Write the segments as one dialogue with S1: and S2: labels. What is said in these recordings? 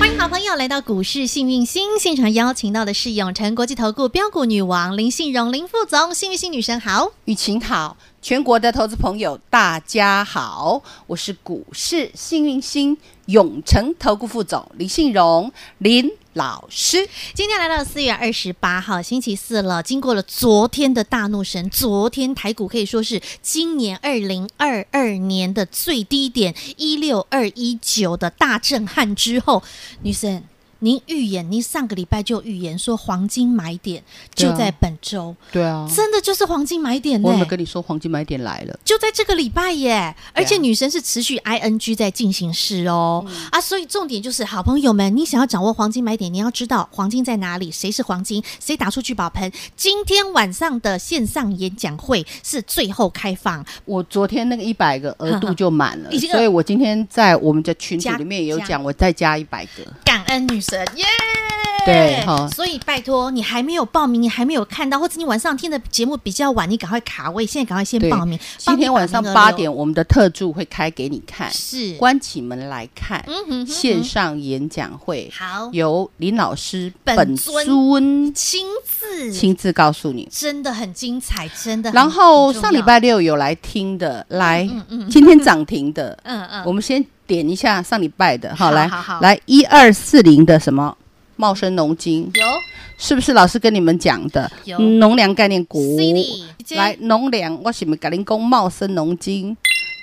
S1: 欢迎好朋友来到股市幸运星现场，邀请到的是永诚国际投顾标股女王林信荣林副总，幸运星女神好。
S2: 雨晴好，全国的投资朋友大家好，我是股市幸运星永诚投顾副总林信荣林老师。
S1: 今天来到四月二十八号星期四了，经过了昨天的大怒神，昨天台股可以说是今年二零二二年的最低点一六二一九的大震撼之后，女神。您预言，您上个礼拜就预言说黄金买点
S2: 对啊
S1: 就在本周，
S2: 对啊
S1: 真的就是黄金买点呢、
S2: 我有没有跟你说黄金买点来了？
S1: 就在这个礼拜
S2: 啊
S1: 耶，而且女神是持续 ing 在进行式哦、
S2: 嗯
S1: 啊，所以重点就是好朋友们，你想要掌握黄金买点，你要知道黄金在哪里，谁是黄金，谁打出聚宝盆。今天晚上的线上演讲会是最后开放，
S2: 我昨天那个一百个额度就满了，
S1: 已经
S2: 所以我今天在我们的群组里面有
S1: 加
S2: 讲，我再加一百个。
S1: 感恩女神耶。
S2: 对好
S1: 所以拜托你还没有报名，你还没有看到，或者你晚上听的节目比较晚，你赶快卡位，现在赶快先
S2: 对
S1: 报名。
S2: 今天晚上
S1: 帮你把名额
S2: 八
S1: 留
S2: 点，我们的特助会开给你看，
S1: 是
S2: 关起门来看
S1: 嗯哼哼哼嗯
S2: 线上演讲会，
S1: 好
S2: 由林老师
S1: 本
S2: 嗯本
S1: 尊
S2: 尊
S1: 亲自
S2: 亲自告诉你。
S1: 真的很精彩，真的很。
S2: 然后
S1: 很重要
S2: 上礼，拜六有来听的，来，今天涨停的，
S1: 嗯嗯，
S2: 我们先点一下上礼拜的，好
S1: 好
S2: 来
S1: 好好
S2: 来一二四零的什么茂生农金，
S1: 有
S2: 是不是老师跟你们讲的
S1: 有
S2: 农粮概念股？
S1: CD
S2: 来农粮，我是不是跟您讲茂生农金？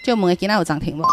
S2: 就问今天有涨停不？
S1: 哇，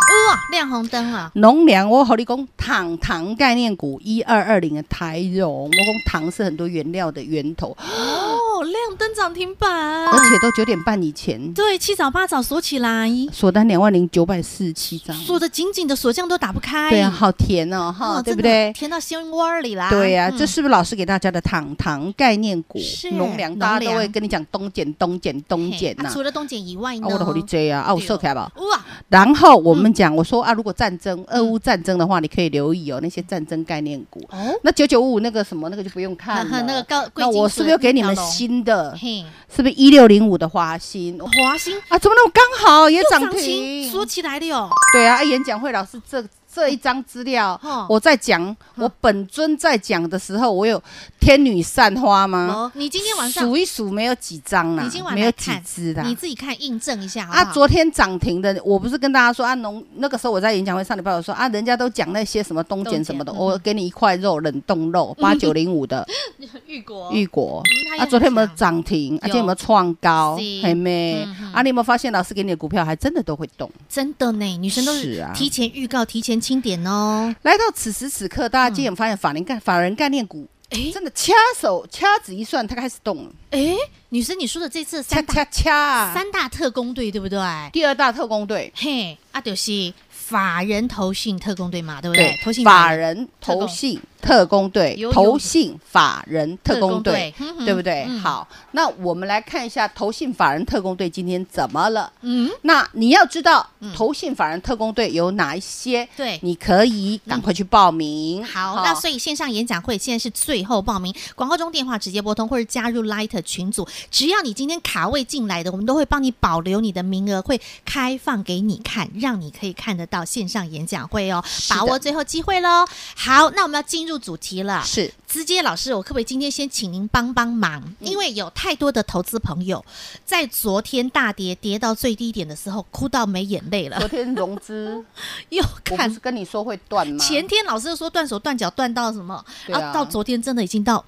S1: 亮红灯了，
S2: 农粮，我和你讲，糖糖概念股一二二零的台荣，我讲糖是很多原料的源头，
S1: 哦，亮灯涨停板
S2: 而且都九点半以前，
S1: 对，七早八早锁起来，
S2: 锁单两万零九百四十七张，
S1: 锁的紧紧的，锁匠都打不开。
S2: 对啊，好甜哦，哈，
S1: 哎哦
S2: 对
S1: 真
S2: 不
S1: 的
S2: 对？
S1: 甜到心窝里啦。
S2: 对呀、啊，
S1: 嗯
S2: 这是不是老师给大家的糖糖概念股
S1: 是
S2: 农粮？
S1: 农
S2: 大家都会
S1: 粮
S2: 跟你讲东减东减东
S1: 嘿
S2: 减
S1: 啊
S2: 呐、
S1: 除了东碱以外呢，
S2: 啊，我的火力追啊，啊，我
S1: 对哦
S2: 收起来吧。
S1: 哇，
S2: 然后我们讲，我说啊，如果战争，
S1: 嗯
S2: 俄乌战争的话，你可以留意哦，那些战争概念股。
S1: 哦，
S2: 那九九五五那个什么，那个就不用
S1: 呵
S2: 看
S1: 呵
S2: 了。
S1: 那个高，贵
S2: 那
S1: 金属
S2: 我是不是又给你
S1: 的那
S2: 们
S1: 条龙？
S2: 新的？
S1: 嘿，
S2: 是不是一六零五的华兴？哇
S1: 华兴
S2: 啊，怎么那么刚好也
S1: 又
S2: 涨
S1: 停，
S2: 停？
S1: 锁起来了哟。
S2: 对啊，啊演讲会老师这这一张资料
S1: 哦，
S2: 我在讲，我本尊在讲的时候，我有天女散花吗？
S1: 哦，你今天晚上
S2: 数一数没有几张啦
S1: 你今晚，
S2: 没有
S1: 来
S2: 几
S1: 看
S2: 只啦。
S1: 你自己看印证一下好不好
S2: 啊，昨天涨停的，我不是跟大家说啊，农那个时候我在演讲会上礼拜我说啊，人家都讲那些什么东
S1: 东
S2: 碱
S1: 碱
S2: 什么的，
S1: 嗯
S2: 我给你一块肉冷冻肉，八九零五的
S1: 玉国
S2: 玉果，
S1: 嗯它也
S2: 啊，
S1: 很
S2: 昨天有没有
S1: 强
S2: 涨停？啊，
S1: 有
S2: 今天有没有创高
S1: 是？
S2: 还没
S1: 嗯哼
S2: 啊？你有没有发现老师给你的股票还真的都会动？
S1: 真的呢，女生都
S2: 是
S1: 是
S2: 啊
S1: 提前预告、提前清点哦。
S2: 来到此时此刻，大家今天有发现法人概法人概念股
S1: 嗯诶
S2: 真的掐手掐指一算，它开始动了，
S1: 哎，女生，你说的这次
S2: 掐
S1: 三大
S2: 掐掐啊！
S1: 三大特工队对不对？
S2: 第二大特工队，
S1: 嘿，啊，就是法人投信特工队嘛，对不
S2: 对
S1: 对？投信，
S2: 法人
S1: 特工
S2: 投信特工队
S1: 有，有
S2: 投信法人特工队，
S1: 特工队嗯哼
S2: 对不对？
S1: 嗯
S2: 好，那我们来看一下投信法人特工队今天怎么了。
S1: 嗯，
S2: 那你要知道，投信法人特工队有哪一些？
S1: 对嗯
S2: 你可以赶快去报名。
S1: 好，那所以线上演讲会现在是最后报名，广告中电话直接拨通或者加入 Light 群组，只要你今天卡位进来的，我们都会帮你保留你的名额，会开放给你看，让你可以看得到线上演讲会哦，
S2: 的
S1: 把握最后机会喽。好，那我们要进入主题了。
S2: 是
S1: 直接老师，我可不可以今天先请您帮帮忙？
S2: 嗯
S1: 因为有太多的投资朋友在昨天大跌跌到最低点的时候，哭到没眼泪
S2: 昨
S1: 了，
S2: 天融资，
S1: 又
S2: 我不
S1: 看
S2: 是跟你说会断吗？
S1: 前天老师说断手断脚断到什么，
S2: 对啊
S1: 到昨天真的已经到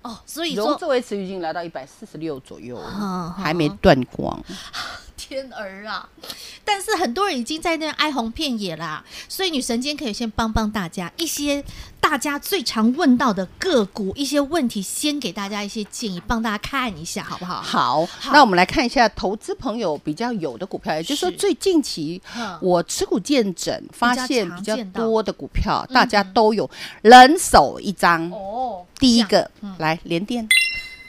S1: 哦，所以
S2: 融
S1: 说
S2: 资维持已经来到一百四十六左右
S1: 嗯，
S2: 还没断光。
S1: 天儿啊！但是很多人已经在那哀鸿遍野啦，所以女神今天可以先帮帮大家一些大家最常问到的个股一些问题，先给大家一些建议，帮大家看一下好不好？
S2: 好，那我们来看一下投资朋友比较有的股票，也就是说
S1: 是
S2: 最近期
S1: 嗯
S2: 我持股见诊发
S1: 较
S2: 现
S1: 常
S2: 比较
S1: 见到
S2: 多的股票，嗯大家都有人手一张。
S1: 哦，
S2: 第一个来联电，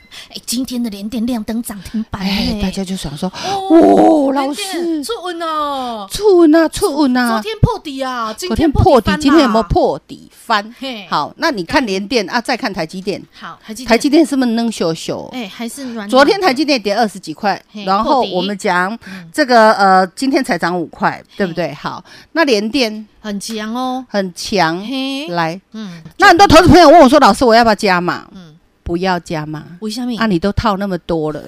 S1: 像，哎，今天的连电亮灯涨停板
S2: 哎
S1: 呢，，
S2: 大家就想说，
S1: 哦
S2: 哦，老师
S1: 出稳哦，
S2: 促稳啊，促稳啊
S1: 昨。天破底啊，今
S2: 昨天破底
S1: 翻，啦
S2: 今天有没有？破底翻
S1: 嘿？
S2: 好，那你看联电啊，再看台积电，
S1: 好，台积
S2: 台
S1: 台
S2: 积电是不是能修修？
S1: 哎还是软软的，
S2: 昨天台积电跌二十几块
S1: 嘿，
S2: 然后
S1: 破底
S2: 我们讲
S1: 嗯
S2: 这个呃，今天才涨五块，对不对？好，那联电
S1: 很强哦，
S2: 很强，
S1: 嘿，
S2: 来，
S1: 嗯，
S2: 那很多投资朋友问我说，老师我要不要加码？
S1: 嗯
S2: 不要加码，
S1: 为什么？
S2: 啊，你都套那么 多了，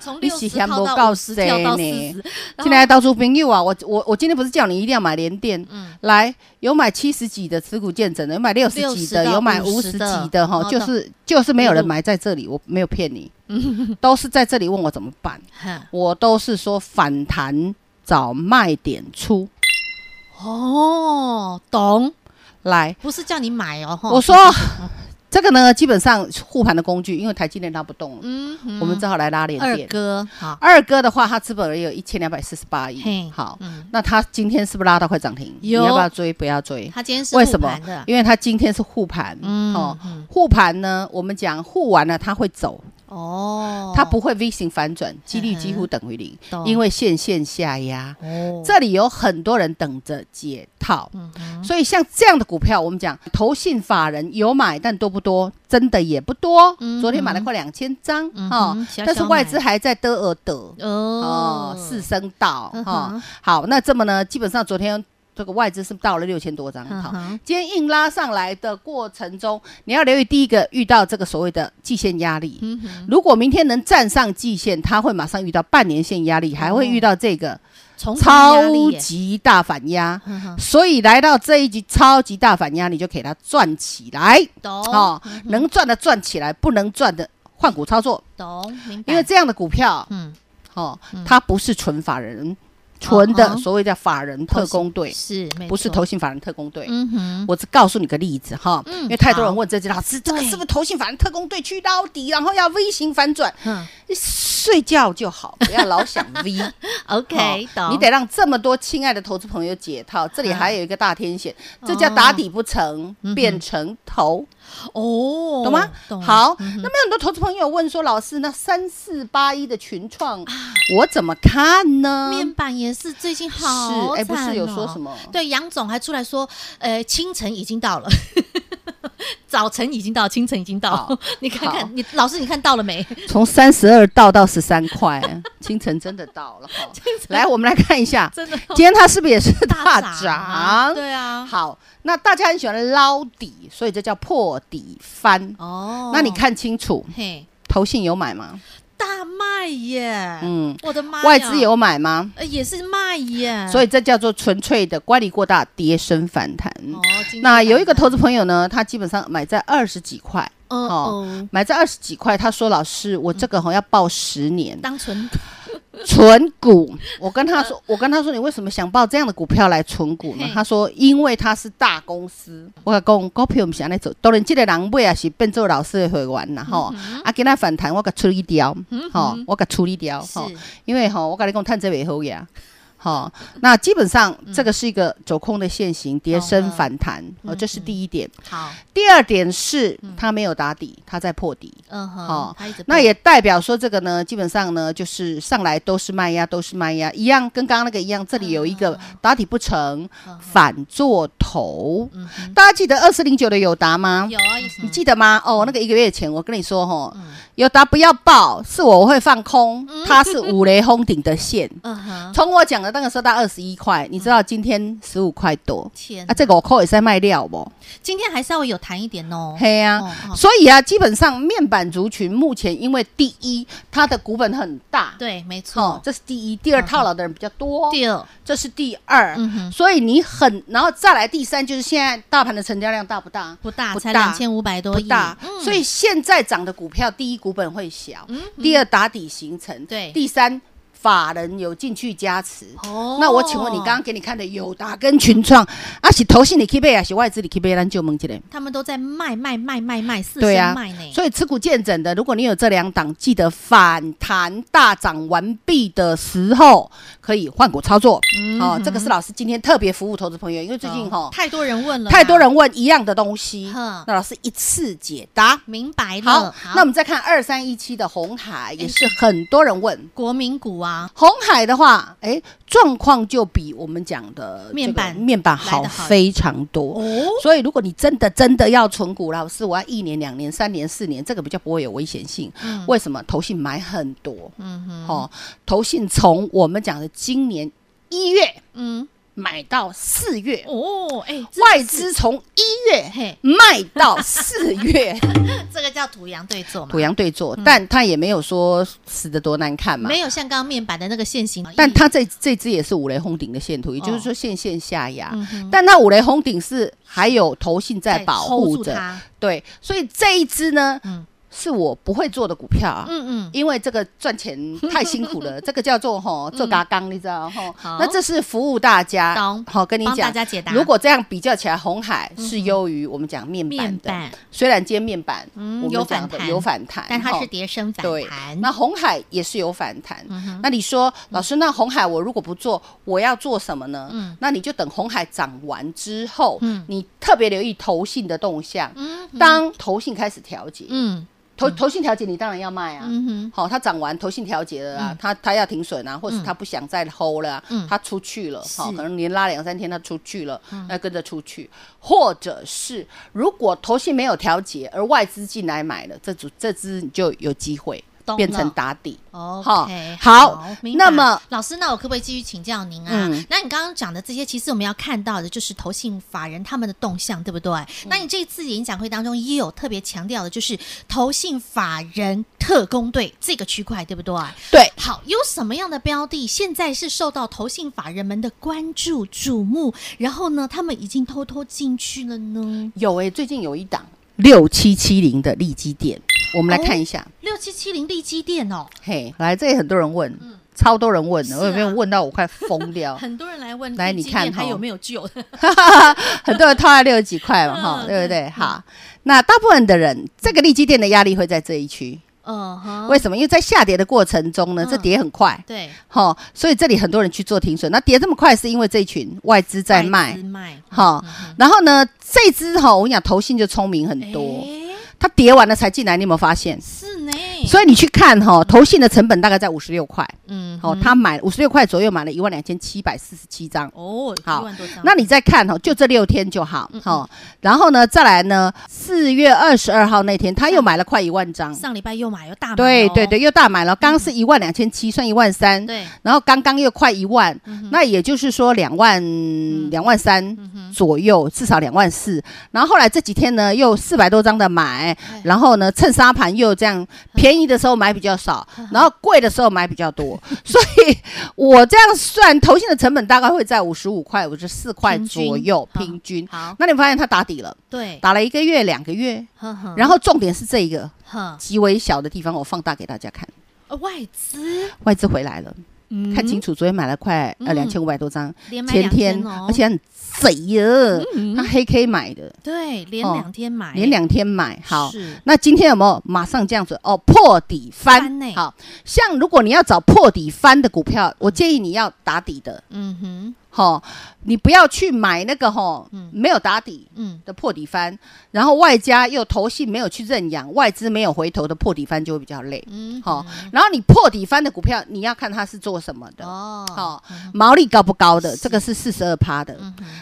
S1: 从
S2: 你
S1: 六十
S2: 是嫌
S1: 跳
S2: 无
S1: 到
S2: 够
S1: 五十，跳到
S2: 多
S1: 四
S2: 呢
S1: 十，
S2: 进来到处朋友啊，我我我今天不是叫你一定要买联电，
S1: 嗯
S2: 来有买七十几的持股见证的，有买六十几的，
S1: 60到
S2: 有买五
S1: 50
S2: 十
S1: 的
S2: 几的哈，
S1: 哦嗯
S2: 就是就是没有人买在这里，我没有 骗你，都是在这里问我怎么办，
S1: 哼
S2: 我都是说反弹找卖点出
S1: 哦，懂，
S2: 来，
S1: 不是叫你买哦，吼
S2: 我说。 这个呢，基本上护盘的工具，因为台积电拉不动了，
S1: 嗯，嗯
S2: 我们只好来拉联
S1: 二
S2: 电。
S1: 哥好，
S2: 二哥的话，他资本额有一千两百四十八亿
S1: 嘿，，
S2: 好，
S1: 嗯，
S2: 那他今天是不是拉到快涨停？你
S1: 有
S2: 要不要追？不要追，
S1: 他今天是
S2: 为
S1: 护
S2: 什么
S1: 盘的？
S2: 因为它今天是护盘，
S1: 嗯
S2: 哦
S1: 嗯，
S2: 护盘呢，我们讲护完了它会走，
S1: 哦，
S2: 它不会 V 型反转，几
S1: 嗯
S2: 率
S1: 哼
S2: 几乎等于零，
S1: 懂
S2: 因为线线下压，
S1: 哦，
S2: 这里有很多人等着解套。
S1: 嗯哼
S2: 所以像这样的股票，我们讲投信法人有买，但多不多？真的也不多。
S1: 嗯哼
S2: 昨天买了快两千张
S1: 嗯
S2: 哦
S1: 哼小小
S2: 但是外资
S1: 买
S2: 还在得而得
S1: 哦
S2: 哦，四声道
S1: 嗯
S2: 哦
S1: 哼。
S2: 好，那这么呢？基本上昨天这个外资是到了六千多张，
S1: 嗯
S2: 好，
S1: 哼
S2: 今天硬拉上来的过程中，你要留意第一个遇到这个所谓的季线压力。
S1: 嗯哼，
S2: 如果明天能站上季线，它会马上遇到半年线压力，还会遇到这个
S1: 从压力
S2: 超
S1: 耶，
S2: 级大反压。
S1: 嗯哼
S2: 所以来到这一级超级大反压，你就给它赚起来
S1: 懂
S2: 哦，能赚的赚起来，不能赚的换股操作。
S1: 懂，明白，
S2: 因为这样的股票
S1: 嗯，
S2: 哦
S1: 嗯，
S2: 它不是纯法人，纯的
S1: 嗯哼
S2: 所谓的法人特工队，
S1: 是没
S2: 不是
S1: 错
S2: 投信法人特工队。
S1: 嗯哼，
S2: 我只告诉你个例子哈，
S1: 嗯
S2: 因为太多人问这句，老师，这个
S1: 对
S2: 是不是投信反特工队去捞底，然后要 V 型反转？
S1: 嗯
S2: 睡觉就好，不要老想 V 哈。
S1: ，OK，懂，
S2: 哦
S1: 嗯
S2: 你得让这么多亲爱的投资朋友解套。这里还有一个大天险，这叫打底不成
S1: 哦嗯哼
S2: 变成头，
S1: 哦，
S2: 懂吗？
S1: 懂，
S2: 好，
S1: 嗯哼
S2: 那么很多投资朋友问说，老师，那三四八一的群创，我怎么看呢？
S1: 啊面板也是最近好
S2: 嗯是，哎，不
S1: 惨
S2: 是有说
S1: 哦
S2: 什？么？
S1: 对，杨总还出来说，呃，清晨已经到了， 早晨已经到，清晨已经到
S2: 好。
S1: 你看
S2: 好
S1: 看，你老师，你看到了 没？
S2: 从三十二到到十三 块，清晨真的到了哈。来，我们来看 一下，
S1: 真的
S2: 今天它是不是也是大
S1: 啊
S2: 涨？
S1: 对啊，
S2: 好，那大家很喜欢捞底，所以这叫破底翻。
S1: 哦，
S2: 那你，看清楚，
S1: 嘿，
S2: 投信有买吗？
S1: 大卖耶，
S2: 嗯，
S1: 我的哎妈呀，嗯
S2: 外资有买吗？
S1: 呃，也是卖耶，
S2: 所
S1: 以
S2: 以这叫做纯粹的乖离过大，跌升反弹。
S1: 哦，今天
S2: 嗯那有一个
S1: 反弹
S2: 投资，朋友呢，他基本上买在二十几块，
S1: 哦哦，
S2: 买在二十几块，他说：“老师，我这个好像要报十年。”
S1: 当存嗯
S2: 存股，我跟他说，我跟他说，你为什么想报这样的股票来存股呢
S1: 嘿？
S2: 他说，因为它是大公司。我讲股票不是安尼做，当然这个人买也是变做老师的会员啦吼。
S1: 嗯
S2: 啊，今仔反弹我给处理掉，吼，我给处理掉，吼，
S1: 是
S2: 因为吼，我跟你讲，趁这袂好呀。好，那基本上这个是一个走空的现形，跌升
S1: 懂了
S2: 反弹，哦，这是第一点。
S1: 好，
S2: 第二点是它没有打底，它在破底。
S1: 嗯哼
S2: 好，
S1: 他一直
S2: 那
S1: 报
S2: 也代表说这个呢，基本上呢，就是上来都是卖压，都是卖压，一样跟刚刚那个一样，这里有一个打底不成，反做头。大家记得二四零九的友达吗？
S1: 有啊，
S2: 你记得吗？哦，那个一个月前我跟你说吼，友达不要报，是我会放空，它是五雷轰顶的线。
S1: 嗯哼，
S2: 从我讲的那个时候到二十一块，你知道今天十五块多。
S1: 天
S2: 啊，这五块也在卖料不？
S1: 今天还稍微有谈一点哦，
S2: 嘿呀、
S1: 哦哦
S2: 所以啊，基本上面板族群目前因为第一，它的股本很大，
S1: 对，没
S2: 哦
S1: 错，，
S2: 这是第一；第二，套牢的人比较多，
S1: 第二，
S2: 这是第二。
S1: 嗯哼
S2: 所以你很，然后再来第三，就是现在大盘的成交量大不大？
S1: 不大，
S2: 不
S1: 才
S2: 大
S1: 两千五百多
S2: 不
S1: 亿，
S2: 大，
S1: 嗯
S2: 所以现在涨的股票，第一股本会小，第二打底形成，
S1: 对
S2: 第三。法人有进去加持。
S1: 哦
S2: 那我请问你，刚刚给你看的友达跟群创，啊是投信你 K 背啊，是外资你 K 背，咱就问起来。
S1: 他们都在卖卖卖卖卖，四
S2: 对
S1: 声
S2: 啊
S1: 卖呢。
S2: 所以持股见整的，如果你有这两档，记得反弹大涨完毕的时候，可以换股操作。
S1: 嗯
S2: 哦，这个是老师今天特别服务投资朋友，因为最近哈、
S1: 哦太多人问了啦，
S2: 太多人问一样的东西，
S1: 呵
S2: 那老师一次解答。
S1: 明白
S2: 好
S1: 了。，
S2: 那我们再看二三一七的红
S1: 哎
S2: 海，也是很多人问。
S1: 国民股啊，
S2: 红海的话，哎，状况就比我们讲的这个
S1: 面板
S2: 面板好
S1: 来得好
S2: 非常多。
S1: 哦，
S2: 所以，如果你真的真的要存股，老师，我要一年、两年、三年、四年，这个比较不会有危险性。为什么？投信买很多，
S1: 嗯哼，
S2: 哦，投信从我们讲的今年一月
S1: 嗯，
S2: 买到四月，
S1: 哦，哎，真的
S2: 外
S1: 是
S2: 资从一月
S1: 嘿，
S2: 卖到四月，
S1: 这个叫土洋对坐嘛
S2: 土，洋对
S1: 嗯
S2: 坐，但他也没有说死的多难看嘛。
S1: 没有像刚刚面板的那个现行，
S2: 但它这这只也是五雷轰顶的线图，也就是
S1: 嗯哦
S2: 说线线下压。
S1: 嗯哼
S2: 但它五雷轰顶是还有头信在
S1: 在
S2: 保
S1: hold
S2: 护
S1: 住
S2: 着，
S1: 它，
S2: 对，所以这一只呢，
S1: 嗯
S2: 是我不会做的股票啊。
S1: 嗯嗯，
S2: 因为这个 赚钱太辛苦了，这个叫做吼做嘎刚，你知道吼
S1: 嗯好？
S2: 那这是服务大家
S1: 懂，
S2: 好跟你
S1: 帮大
S2: 讲，
S1: 家解答。嗯
S2: 如果这样比较起来，红海是优于我们讲面
S1: 面
S2: 板的。
S1: 板，
S2: 虽然今天面板
S1: 嗯
S2: 我
S1: 有
S2: 们
S1: 反
S2: 讲的
S1: 弹
S2: 有反弹，
S1: 但它
S2: 吼
S1: 是跌升反
S2: 对
S1: 弹，，嗯
S2: 那红海也是有反弹。那你说，老师，那红海我如果不做，我要做什么呢？
S1: 嗯
S2: 那你就等红海涨完之后，
S1: 嗯
S2: 你特别留意投信的动向。
S1: 嗯
S2: 当投信开始调节，
S1: 嗯
S2: 投投信调节，你当然要卖啊。
S1: 嗯哼，
S2: 好，它涨完，投信调节了啦，它它要停损啊，或是它不想再 hold 了啊
S1: 嗯，
S2: 它出去了，好，
S1: 是嗯
S2: 可能连拉两三天它出去了，那跟着出去，或者是如果投信没有调节，而外资进来买了，这组这只你就有机会
S1: 懂
S2: 变成
S1: 了
S2: 打底。
S1: 哦
S2: 好，好
S1: 明白
S2: 那么
S1: 老师，那我可不可以继续请教您啊？
S2: 嗯
S1: 那你刚刚讲的这些，其实我们要看到的就是投信法人他们的动向，对不对？
S2: 嗯
S1: 那你这次演讲会当中也有特别强调的，就是投信法人特工队这个区块，对不对？
S2: 对，
S1: 好，有什么样的标的现在是受到投信法人们的关注、瞩目？然后呢，他们已经偷偷进去了呢？
S2: 有诶、最近有一档六七七零的利基店，我们来
S1: 哦
S2: 看一下。
S1: 六七七零利基店哦，
S2: 嘿，来，这也很多人问，超多人问
S1: 嗯是
S2: 的，
S1: 啊
S2: 我有没有问到我快疯掉？
S1: 很多人来问，
S2: 哦来你看
S1: 还
S2: 哦
S1: 有没有救？
S2: 很多人套在六十几块嘛，哈，
S1: 嗯
S2: 对不对？好，那大部分的人，这个利基店的压力会在这一区，
S1: 嗯哼，
S2: 为什么？因为在下跌的过程中呢，
S1: 嗯
S2: 这跌很快。
S1: 对，
S2: 哈、所以这里很多人去做停损。那跌这么快，是因为这一群外资在
S1: 外
S2: 卖
S1: 资，卖嗯
S2: 哈、然后呢，这只哈、我跟你讲，投信就聪明很多，
S1: 诶
S2: 它跌完了才进来，你有没有发现？
S1: 哎是呢，
S2: 所以你去看哈、投信的成本大概在五十六块，
S1: 嗯
S2: 哦
S1: 哼，
S2: 他买五十六块左右买了一万两千七百四十七张。
S1: 哦，
S2: 好
S1: 一万多张，
S2: 那你再看哦，就这六天就好
S1: 嗯
S2: 哦。然后呢，再来呢，四月二十二号那天他又买了快一万张，
S1: 上礼拜又买又哦大买，嗯
S2: 对对，对，又大买了。刚刚是一万两千七，算一万三，
S1: 对，嗯
S2: 然后刚刚又快一万，那也就是说两万两万三左右，至少两万四。然后后来这几天呢，又四百多张的买
S1: 哎，
S2: 然后呢趁沙盘又 这样，便宜的时候买比较少，
S1: 嗯
S2: 然后贵的时候买比较 多。所以我这样算，投信的成本大概会在五十五块、五十四块
S1: 平均
S2: 左右
S1: 好
S2: 平均。
S1: 好，
S2: 那你发现它打底了，
S1: 嗯对，嗯
S2: 打了一个月、两个月，
S1: 然
S2: 然后重点是这一个
S1: 后
S2: 极为小的地方，我放大给大家看，
S1: 哦外资
S2: 外资回来了。看清
S1: 楚，
S2: 楚，昨天买了快呃
S1: 嗯
S2: 两千五百多张，
S1: 连买
S2: 嗯前
S1: 两
S2: 天
S1: 哦嗯
S2: 而且很贼呀，他黑 K 买的，
S1: 对，连
S2: 哦
S1: 两天买，
S2: 连两天买好。
S1: 是
S2: 那今天有没有马上这样子哦？破底翻
S1: 翻呢，
S2: 好像如果你要找破底翻的股票，我建议你要打底的，
S1: 嗯哼，
S2: 吼，你不要去买那个吼没有打底
S1: 嗯，
S2: 的破底翻，然后外加又投信没有去认养，外资没有回头的破底翻就会比较累，
S1: 嗯
S2: 好。然后你破底翻的股票，你要看它是做什么的，
S1: 哦，
S2: 好、毛利高不高的，这个是四十二趴的，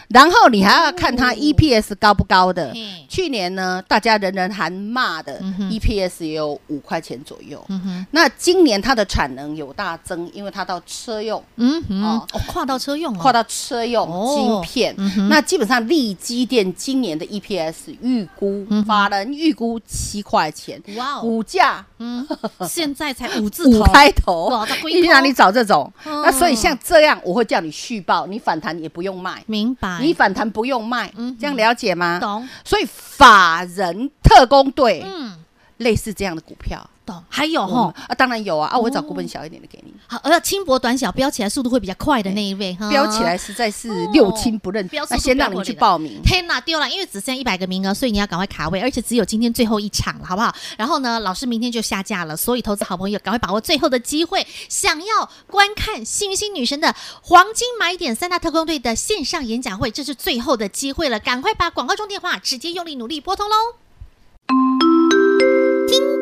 S2: 然后你还要看它
S1: 嗯哦
S2: EPS 高不高的。
S1: 嘿，
S2: 去年呢，大家人人喊骂的、
S1: 嗯哼
S2: EPS 也有五块钱左右。
S1: 嗯哼，
S2: 那今年它的产能有大增，因为它到车用，
S1: 嗯哼，哦
S2: 哦，
S1: 跨到车用哦，
S2: 跨到车用
S1: 哦
S2: 晶片。
S1: 嗯哼
S2: 那基本上利基电今年的 EPS 预估，法人预估七块钱，
S1: 哇嗯哦，
S2: 股价
S1: 嗯，现在才五字
S2: 五
S1: 头，
S2: 开头，
S1: 哇，这贵
S2: 你去哪里找这种？
S1: 哦
S2: 那所以像这样，我会叫你续报，你反弹也不用卖。
S1: 明白，
S2: 你反弹不用卖，
S1: 嗯哼
S2: 这样了解吗？
S1: 懂，
S2: 所以法人特工队
S1: 嗯，哦
S2: 类似这样的股票。
S1: 懂？还有
S2: 我
S1: 吼
S2: 们，啊，当然有啊，
S1: 哦
S2: 啊，我找股本小一点的给你，
S1: 好，呃，轻薄短小，飙起来速度会比较快的那一位，哈
S2: 标起来。实在是六亲不认
S1: 啊标，速
S2: 那
S1: 度
S2: 先让
S1: 标过
S2: 你们去
S1: 你的
S2: 报名。
S1: 天呐，丢了！因为只剩一百个名额，所以你要赶快卡位，而且只有今天最后一场了，好不好？然后呢，老师明天就下架了，所以投资好朋友赶快把握最后的机会。想要观看《幸运星女神》的黄金买点三大特工队的线上演讲会，这是最后的机会了，赶快把广告中电话直接用力努力拨通喽！听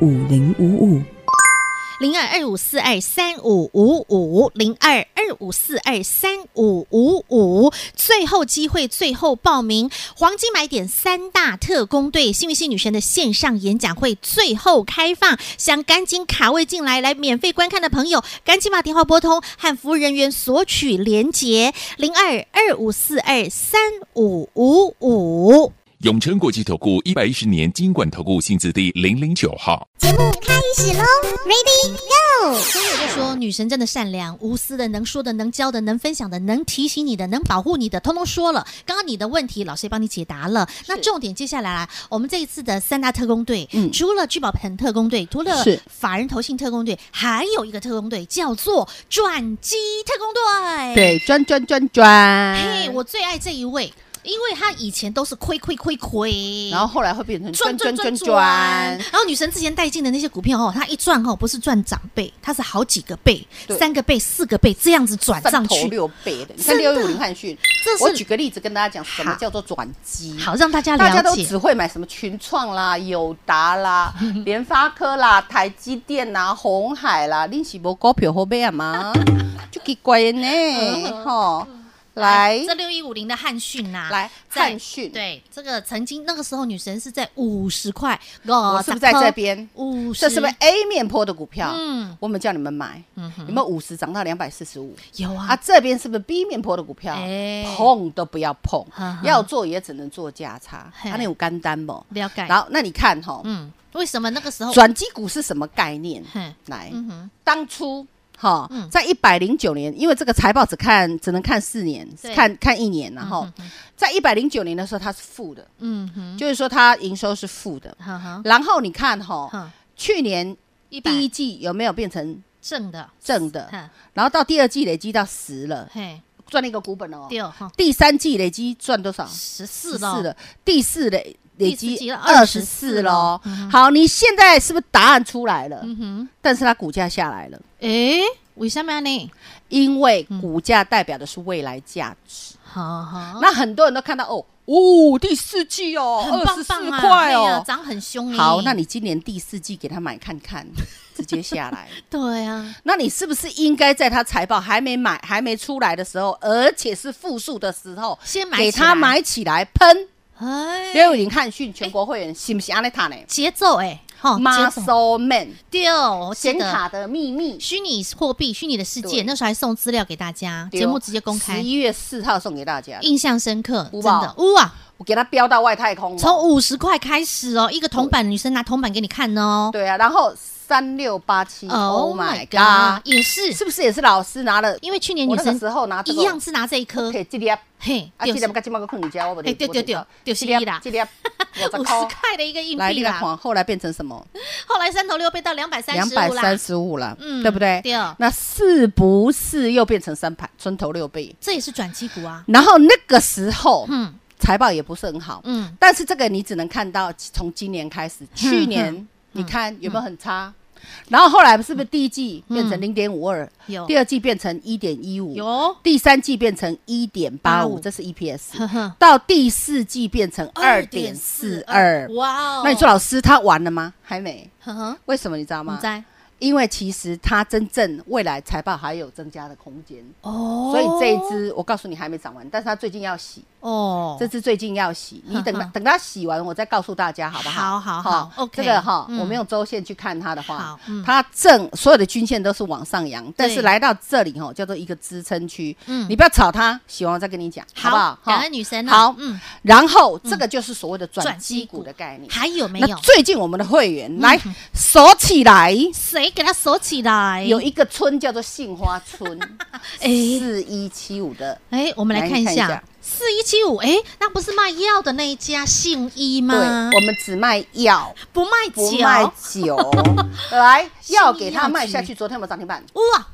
S3: 五零五五。
S1: 零二二五四二三五五五，零二二五四二三五五五，最后机会，最后报名，黄金买点三大特工队幸运星女神的线上演讲会最后开放，想赶紧卡位进来来免费观看的朋友，赶紧把电话拨通和服务人员索取连结零二二五四二三五五五。
S4: 永诚国际投顾一百一十年金管投顾新字第零零九号。
S2: 哦
S1: 所以我就说，女神真的善良、无私的，能说的、能教的、能分享的、能提醒你的、能保护你的，通通说了。刚刚你的问题，老师也帮你解答了。那重点接下来啊，我们这一次的三大特工队，
S2: 嗯
S1: 除了聚宝盆特工队，除了
S2: 是
S1: 法人投信特工队，还有一个特工队叫做转机特工队。，
S2: 对，转转转转。
S1: 嘿，我最爱这一位，因为他以前都是亏亏亏亏，
S2: 然后后来会变成
S1: 转转
S2: 转
S1: 转
S2: 转转
S1: 转，
S2: 转，
S1: 然后女神之前带进的那些股票哦，她一转哦，不是赚长辈，它是好几个倍，
S2: 对
S1: 三个倍、四个倍这样子转
S2: 翻
S1: 上
S2: 头
S1: 去，
S2: 六倍的。你看
S1: 真
S2: 六
S1: 的
S2: 一五零汉逊，
S1: 这是
S2: 我举个例子跟大家讲，什么
S1: 好
S2: 叫做转机？
S1: 好让大家
S2: 大家
S1: 了
S2: 都
S1: 解
S2: 只会买什么群创啦、友达 啦、联发科啦、台积电啦、红海啦，你是无股票好买 啊吗？就奇怪的
S1: 嗯
S2: 呢，吼，来
S1: 这六一五零的汉讯呐、
S2: 来
S1: 在
S2: 汉讯，
S1: 对，这个曾经那个时候女神是在五十块，我
S2: 我是不是在这？边？
S1: 五十，
S2: 这是不是啊 A 面坡的股票？
S1: 嗯
S2: 我们叫你们买，你们五十涨到两百四十五，
S1: 有啊
S2: 啊，这边是不是 B 面坡的股票
S1: 哎，
S2: 碰都不要碰
S1: 哈哈，
S2: 要做也只能做价差，
S1: 嘿
S2: 它那有干单不？
S1: 了解。
S2: 然后那你看哈，
S1: 嗯，为什么那个时候？
S2: 转机股是什么概念
S1: 嘿？
S2: 来，
S1: 嗯哼，
S2: 当初哈
S1: 嗯，
S2: 在一百零九年，因为这个财报只看只能看四年
S1: 对，
S2: 看看一年，然后在一百零九年的时候它是负的，
S1: 嗯哼，
S2: 就是说它营收是负的。
S1: 哈哈，
S2: 然后你看哈，
S1: 哈，
S2: 去年
S1: 嗯一百嗯
S2: 第一季有没有变成
S1: 正的，
S2: 正的？
S1: 哈
S2: 然后到第二季累积到十了，
S1: 嘿，
S2: 赚了一个股本哦。
S1: 六哈，
S2: 第三季累积赚多少？
S1: 十四
S2: 14
S1: 了，
S2: 了，第四累累
S1: 第四季
S2: 积
S1: 了
S2: 二十四
S1: 24
S2: 喽
S1: 嗯哼。
S2: 好，你现在是不是答案出来了？
S1: 嗯哼，
S2: 但是它股价下来了，
S1: 诶，为什么呢？
S2: 因为
S1: 嗯
S2: 股价代表的是未来价值。
S1: 好好，
S2: 那很多人都看到哦，哦，第四季哦，
S1: 很
S2: 二
S1: 棒
S2: 十
S1: 棒
S2: 四
S1: 啊，
S2: 块
S1: 对啊
S2: 哦。
S1: 涨很凶欸
S2: 好，那你今年第四季给他买看看， 直接下来。
S1: 对啊，
S2: 那你是不是应该在他财报还没买、还没出来的时候，而且是负数的时候，
S1: 先买
S2: 给
S1: 起
S2: 他
S1: 来
S2: 买起来喷？
S1: 哎，
S2: 六零汉讯全国会员是不是安尼塔呢
S1: 节奏哎，哈，节奏
S2: ？Muscle Man
S1: 对，我记
S2: 显卡
S1: 得
S2: 的秘密，
S1: 虚拟货币、虚拟的世界，
S2: 对哦
S1: 那时候还送资料给大家，节目直接公开
S2: 十，一月四号送给大家，
S1: 印象深刻，真
S2: 有吧
S1: 的，哇，
S2: 我给它飙到外太空了。哦
S1: 从五十块开始哦，一个铜板，女生拿铜板给你看哦
S2: 对啊，然后三六八七，Oh my god，
S1: 也是，
S2: 是不是也是老师拿了？
S1: 因为去年
S2: 我
S1: 女
S2: 那个
S1: 生
S2: 时候拿这
S1: 一
S2: 个
S1: 样是拿这一颗
S2: 可，以这粒，啊，
S1: 嘿，
S2: 这
S1: 就
S2: 粒
S1: 是
S2: 跟今麦个困你家，我不哦
S1: 哎对对对就是一啦
S2: 这粒 五
S1: 五十
S2: 十块。
S1: 块的一个硬
S2: 来，
S1: 币
S2: 你来
S1: 啦。
S2: 看，后来变成什么？
S1: 后来三头六被到两百三
S2: 两
S1: 十
S2: 百
S1: 五啦
S2: 三，十五了，
S1: 嗯
S2: 对不对？
S1: 对
S2: 那是不是又变成三盘村头六倍？
S1: 这也是转机股啊。
S2: 然后那个时候，
S1: 嗯
S2: 财报也不是很好，
S1: 嗯，
S2: 但是这个你只能看到从今年开始，去年
S1: 嗯
S2: 你看有没有很差？然后后来是不是第一季变成
S1: 嗯
S2: 零点五二，
S1: 有
S2: 第二季变成一点一五，
S1: 有
S2: 第三季变成一点八
S1: 85
S2: 五，这是 EPS，
S1: 呵呵
S2: 到第四季变成二点四二。
S1: 哇哦！
S2: 那你说老师他完了吗？还没，
S1: 呵呵，
S2: 为什么你知道
S1: 你
S2: 吗？
S1: 在
S2: 因为其实它真正未来财报还有增加的空间，
S1: 哦
S2: 所以这一只我告诉你还没涨完，但是它最近要洗，
S1: 哦，
S2: 这支最近要洗，你等它
S1: 嗯
S2: 等它洗完，我再告诉大家好不好？
S1: 好好好，OK，
S2: 这个哈，
S1: 嗯
S2: 我们用周线去看它的话
S1: 好嗯，
S2: 它正所有的均线都是往上扬，但是来到这里哈，叫做一个支撑区。
S1: 嗯
S2: 你不要吵它，洗完我再跟你讲，好不好？
S1: 感
S2: 哈
S1: 恩女神啊。
S2: 好
S1: 嗯，
S2: 然后这个就是所谓的转
S1: 转
S2: 机
S1: 机
S2: 股
S1: 股
S2: 的概念。
S1: 还有嗯没
S2: 那
S1: 有？
S2: 最近我们的会员来锁起来，
S1: 谁给它锁起来？
S2: 有一个村叫做杏花村，
S1: 哎
S2: 四一七五的，
S1: 哎，我们来看一
S2: 来看一
S1: 下
S2: 下
S1: 四一七五，哎，那不是卖药的那一家信一
S2: 对，
S1: 吗？
S2: 我们只卖药。
S1: 不卖
S2: 不卖
S1: 酒，
S2: 酒，来药给
S1: 新药
S2: 他
S1: 局
S2: 卖下去。昨天有没有涨停板？
S1: 哇，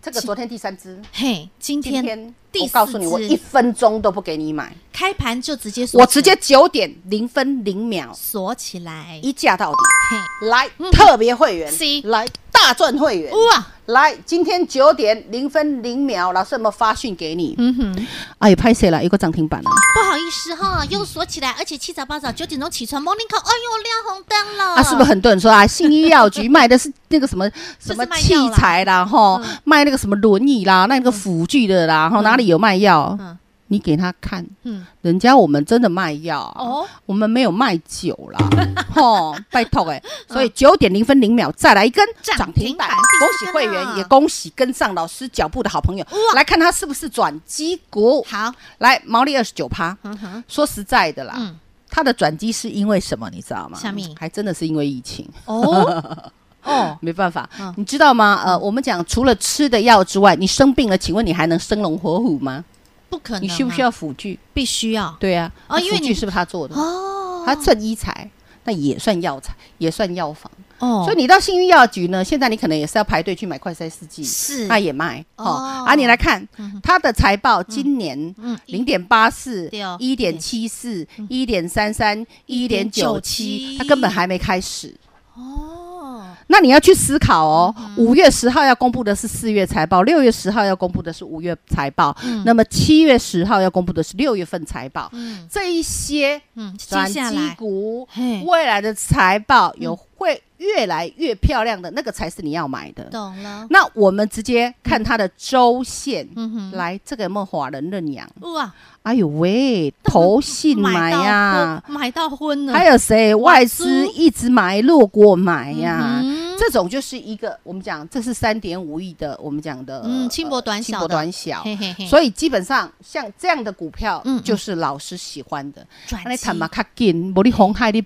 S2: 这个昨天第三只，
S1: 嘿，今
S2: 今
S1: 天
S2: 天
S1: 第
S2: 我
S1: 四
S2: 告诉你，我
S1: 支
S2: 一分钟都不给你买，
S1: 开盘就直接锁起来，
S2: 我直接九点零分零秒
S1: 锁起来，
S2: 一价到底。
S1: 嘿，
S2: 来
S1: 嗯，
S2: 特别会员
S1: 是，
S2: 来大赚会员。
S1: 哇，
S2: 来，今天九点零分零秒，老师有没有发讯给你？
S1: 嗯哼，
S2: 哎，拍谁了？有个涨停板啊！
S1: 不好意思哈，又锁起来，而且七早八早九点钟起床，morning call，哎呦亮红灯了，
S2: 啊，是不是很多人说啊，信医药局卖的是那个 什么什么
S1: 卖
S2: 器
S1: 药啦嗯
S2: 材啦，哈，卖那个什么轮椅啦，那个辅具的啦，哈，哪里有卖药
S1: 嗯？
S2: 你给他看，
S1: 嗯，
S2: 人家我们真的卖药，啊
S1: 哦，
S2: 我们没有卖酒啦， 哈，拜托哎，所以九点零分零秒再来一根
S1: 嗯涨
S2: 涨停板，
S1: 停板第
S2: 恭
S1: 四
S2: 喜
S1: 根
S2: 会
S1: 啊
S2: 员，也恭喜跟上老师脚步的好朋友，来看他是不是转机股，
S1: 好，
S2: 来毛利二十九趴，
S1: 嗯哼，
S2: 说实在的啦，
S1: 嗯，
S2: 它的转机是因为什么，你知道吗
S1: 什么？
S2: 还真的是因为疫情。
S1: 哦，哦，
S2: 没办法，
S1: 嗯
S2: 你知道吗？呃，我们讲除了吃的药之外，你生病了，请问你还能生龙活虎吗？
S1: 不可能啊，
S2: 你需不需要辅具？
S1: 必须要？
S2: 对啊，
S1: 哦
S2: 那
S1: 因为
S2: 辅具
S1: 你
S2: 是不是他做的？
S1: 哦，
S2: 他算医材，那也算药材，也算药房。
S1: 哦，
S2: 所以你到幸运药局呢，现在你可能也是要排队去买快筛试剂，
S1: 是
S2: 他也卖
S1: 哦
S2: 哦。啊，你来看他的财报，今年
S1: 嗯
S2: 零点八四
S1: 对哦、嗯
S2: 一点七四、一点三三、一点九七，
S1: 1.97
S2: 他根本还没开始。
S1: 哦，
S2: 那你要去思考哦，
S1: 嗯
S2: 五、月十号要公布的是四月财报，六月十号要公布的是五月财报，那么七月十号要公布的是六月份财报。
S1: 嗯
S2: 这一些
S1: 嗯，接
S2: 转
S1: 下
S2: 机
S1: 来
S2: 股
S1: 嘿嗯
S2: 未来的财报有会越来越漂亮的那个才是你要买的。
S1: 懂了，
S2: 那我们直接看它的周线，
S1: 嗯哼，
S2: 来这个有没有华人认养？
S1: 哇，
S2: 哎呦喂，投信买
S1: 到
S2: 呀、
S1: 昏买到昏了，
S2: 还有谁外资
S1: 外资
S2: 一直买，落国买呀、
S1: 嗯
S2: 这种就是一个我们讲，这是三点五亿的，我们讲的呃
S1: 嗯轻薄短小
S2: 轻
S1: 的
S2: 薄短小。
S1: 嘿嘿嘿，
S2: 所以基本上像这样的股票
S1: 嗯嗯，
S2: 就是老师喜欢的。
S1: 转
S2: 那你
S1: 机
S2: 哎坦嘛较紧，无你红海你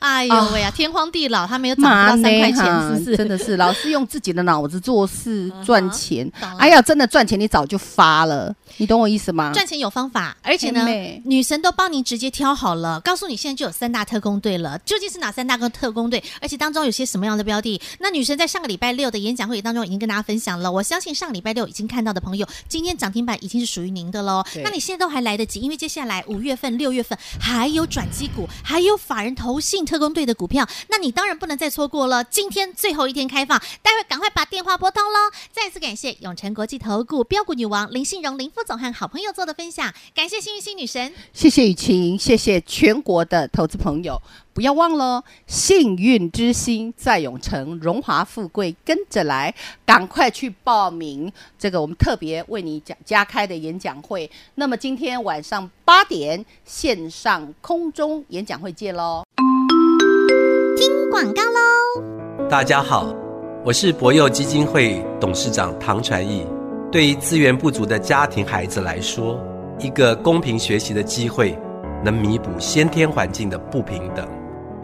S1: 哎呦喂呀，天荒地老， 他没有涨不到三块钱，是不是？
S2: 真的 是老师用自己的脑子做事赚 钱
S1: 懂了。
S2: 哎呀，真的赚钱你早就发了，你懂我意思吗？
S1: 赚钱有方法，而且呢
S2: 很美，
S1: 女神都帮你直接挑好了，告诉你现在就有三大特工队了，究竟是哪三大个特工队？而且当中有些什么样的标的？那女神在上个礼拜六的演讲会当中已经跟大家分享了，我相信上礼拜六已经看到的朋友，今天涨停板已经是属于您的喽
S2: 对。
S1: 那你哎现在都还来得及，因为接下来五月份、六月份还有转机股，还有法人投信特工队的股票，那你当然不能再错过了。今天最后一天开放，待会赶快把电话拨通喽。再次感谢永诚国际投顾标股女王林信荣林副总和好朋友做的分享，感谢幸运星女神。
S2: 谢谢雨晴，谢谢全国的投资朋友，不要忘了哦，幸运之星在永城，荣华富贵跟着来，赶快去报名这个我们特别为你讲加开的演讲会。那么今天晚上八点线上空中演讲会见喽。
S1: 广告喽。
S5: 大家好，我是博幼基金会董事长唐传义。对于资源不足的家庭孩子来说，一个公平学习的机会，能弥补先天环境的不平等。